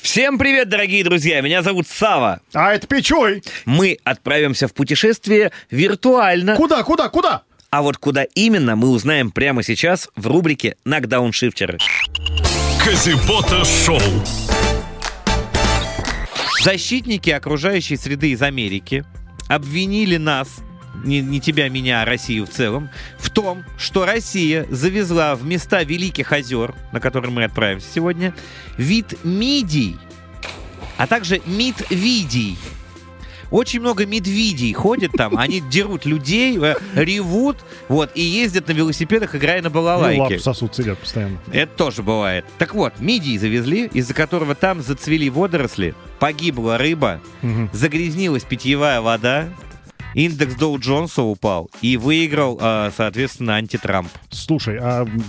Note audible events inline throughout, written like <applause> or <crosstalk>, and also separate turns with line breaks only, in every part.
Всем привет, дорогие друзья! Меня зовут Сава.
А это Печуй.
Мы отправимся в путешествие виртуально.
Куда, куда, куда?
А вот куда именно, мы узнаем прямо сейчас в рубрике «Нокдауншифтеры».
Казибота Шоу.
Защитники окружающей среды из Америки обвинили нас, не, не тебя, меня, а Россию в целом, в том, что Россия завезла в места Великих озер, на которые мы отправимся сегодня, вид мидий, а также мидвидий. Очень много медведей ходят там, они дерут людей, э, ревут, вот, и ездят на велосипедах, играя на балалайке.
Ну, лапы сосуд целят постоянно.
Это тоже бывает. Так вот, мидии завезли, из-за которого там зацвели водоросли, погибла рыба,
Мгм.
загрязнилась питьевая вода, индекс Доу Джонса упал и выиграл, э, соответственно, антитрамп.
Слушай, а м,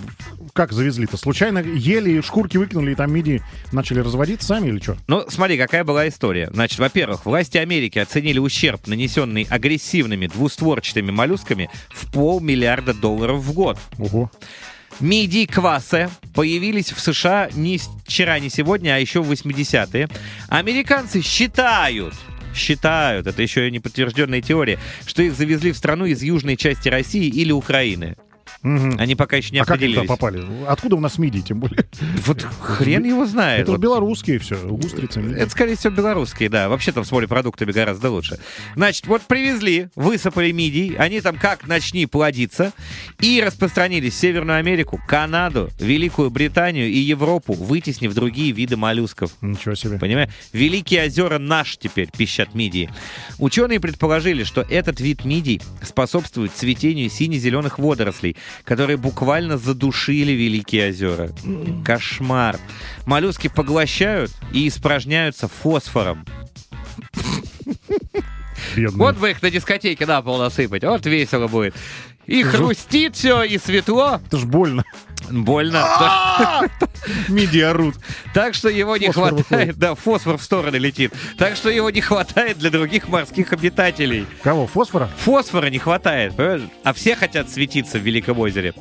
как завезли-то? Случайно ели, шкурки выкинули, и там миди начали разводить сами или что?
Ну, смотри, какая была история. Значит, во-первых, власти Америки оценили ущерб, нанесенный агрессивными двустворчатыми моллюсками, в полмиллиарда долларов в год.
Ого.
Мидии квасы появились в США не с- вчера, не сегодня, а еще в 80-е. Американцы считают, считают, это еще и неподтвержденная теория, что их завезли в страну из южной части России или Украины.
Мгм.
Они пока еще не
А как они туда
определились.
попали? Откуда у нас миди, тем более?
<laughs> вот хрен его знает.
Это
А,
же
Вот
белорусские все, устрицы. миди.
Это, скорее всего, белорусские, да. Вообще там с морепродуктами гораздо лучше. Значит, вот привезли, высыпали мидий, они там как начни плодиться, и распространились в Северную Америку, Канаду, Великую Британию и Европу, вытеснив другие виды моллюсков.
Ничего себе.
Понимаешь? Великие озера наш теперь пищат мидии. Ученые предположили, что этот вид мидий способствует цветению сине-зеленых водорослей, которые буквально задушили Великие озера. Кошмар. Моллюски поглощают и испражняются фосфором.
Бедные.
Вот бы их на дискотеке на пол насыпать. Вот весело будет. И хрустит все, и светло. А!
Это ж <laughs> больно.
Больно.
Миди орут.
Так что его не
Фосфор
хватает.
выходит.
Да, фосфор в стороны летит. Так что его не хватает для других морских обитателей.
Кого, фосфора?
Фосфора не хватает, понимаешь? а все хотят светиться в Великом озере.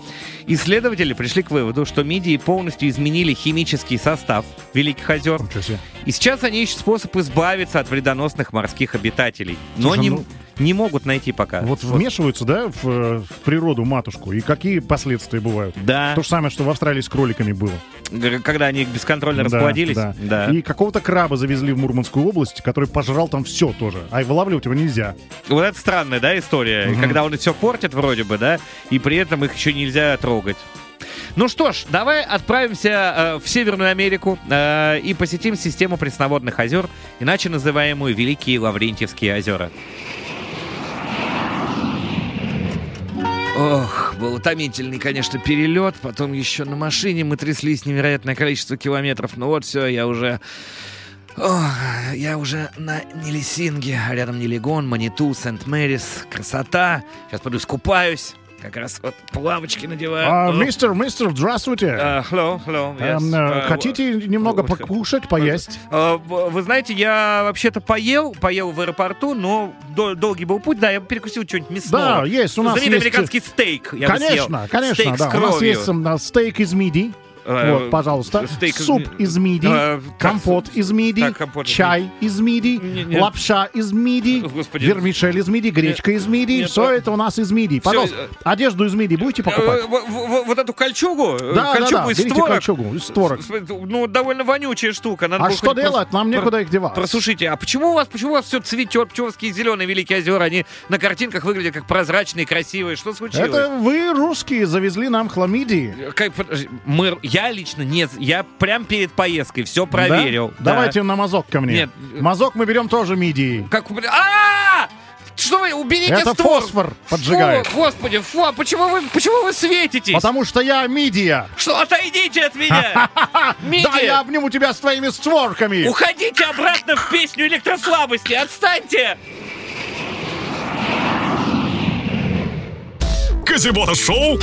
Исследователи пришли к выводу, что мидии полностью изменили химический состав Великих озер,
Ничего себе.
и сейчас они ищут способ избавиться от вредоносных морских обитателей, но
Слушай,
не,
ну-
не могут найти пока.
Вот вмешиваются, да, в, э, в природу матушку. И какие последствия бывают?
Да,
То же самое, что в Австралии с кроликами было.
когда они бесконтрольно
Да,
расплодились.
да.
да.
И какого-то краба завезли в Мурманскую область, который пожрал там все тоже. А и вылавливать его нельзя.
Вот это странная, да, история.
Мгм.
Когда он все портит вроде бы, да, и при этом их еще нельзя трогать. Ну что ж, давай отправимся э, в Северную Америку э, и посетим систему пресноводных озер, иначе называемую Великие Лаврентьевские озера. Ох, был утомительный, конечно, перелет. Потом еще на машине мы тряслись невероятное количество километров. Ну вот все, я уже... Ох, я уже на Нелисинге. Рядом Нелигон, Маниту, Сент-Мэрис. Красота. Сейчас пойду скупаюсь. Как раз вот плавочки надеваю.
А,
Ох.
мистер, мистер, здравствуйте.
Э, Hello, hello, yes.
Эм, э,
Э,
Хотите немного
э,
покушать, поесть?
э, в- Вы знаете, я вообще-то поел, поел в аэропорту, но дол- долгий был путь, да, я перекусил что-нибудь мясное.
Да, есть, у нас
Знаменитый
есть- э,
американский стейк. Я бы съел.
Конечно, конечно,
Стейк
да.
с
У нас
кровью.
есть м, э, стейк из мидий.
Э,
Вот, пожалуйста.
стейк из
Суп
ми-
из мидий,
Э, так,
компот из мидий,
так, компот из
чай из
Не-
мидий,
нет.
лапша из мидий,
Господи.
вермишель из мидий, гречка из мидий.
нет,
Все
э,
это у нас из мидий. Пожалуйста,
э,
одежду из мидий будете покупать?
Э, во- во- Вот эту кольчугу, э,
Да, да,
кольчугу
да,
из
берите
творог.
кольчугу из творог.
С- с- Ну, довольно вонючая штука. надо
А
было
что
хоть прос-
делать? Нам
про-
некуда их девать.
Просушите. А почему у вас, почему у вас все цветет? Почему у вас такие зеленые великие озера? Они на картинках выглядят как прозрачные, красивые. Что случилось?
Это вы, русские, завезли нам хламидии.
Как, подожди, мы, я лично не, з- я прям перед поездкой все проверил.
Да?
Да.
Давайте на мазок ко мне.
Нет.
Мазок мы берем тоже мидии.
Как, блин, а Что вы, уберите
Это
ствол!
фосфор
Фу,
поджигает.
господи, фу, а почему вы, почему вы светитесь?
Потому что я мидия.
Что, отойдите от меня! Мидия!
<laughs> Да, я обниму тебя с твоими створками.
Уходите обратно в песню электрослабости! Отстаньте!
Казибота Шоу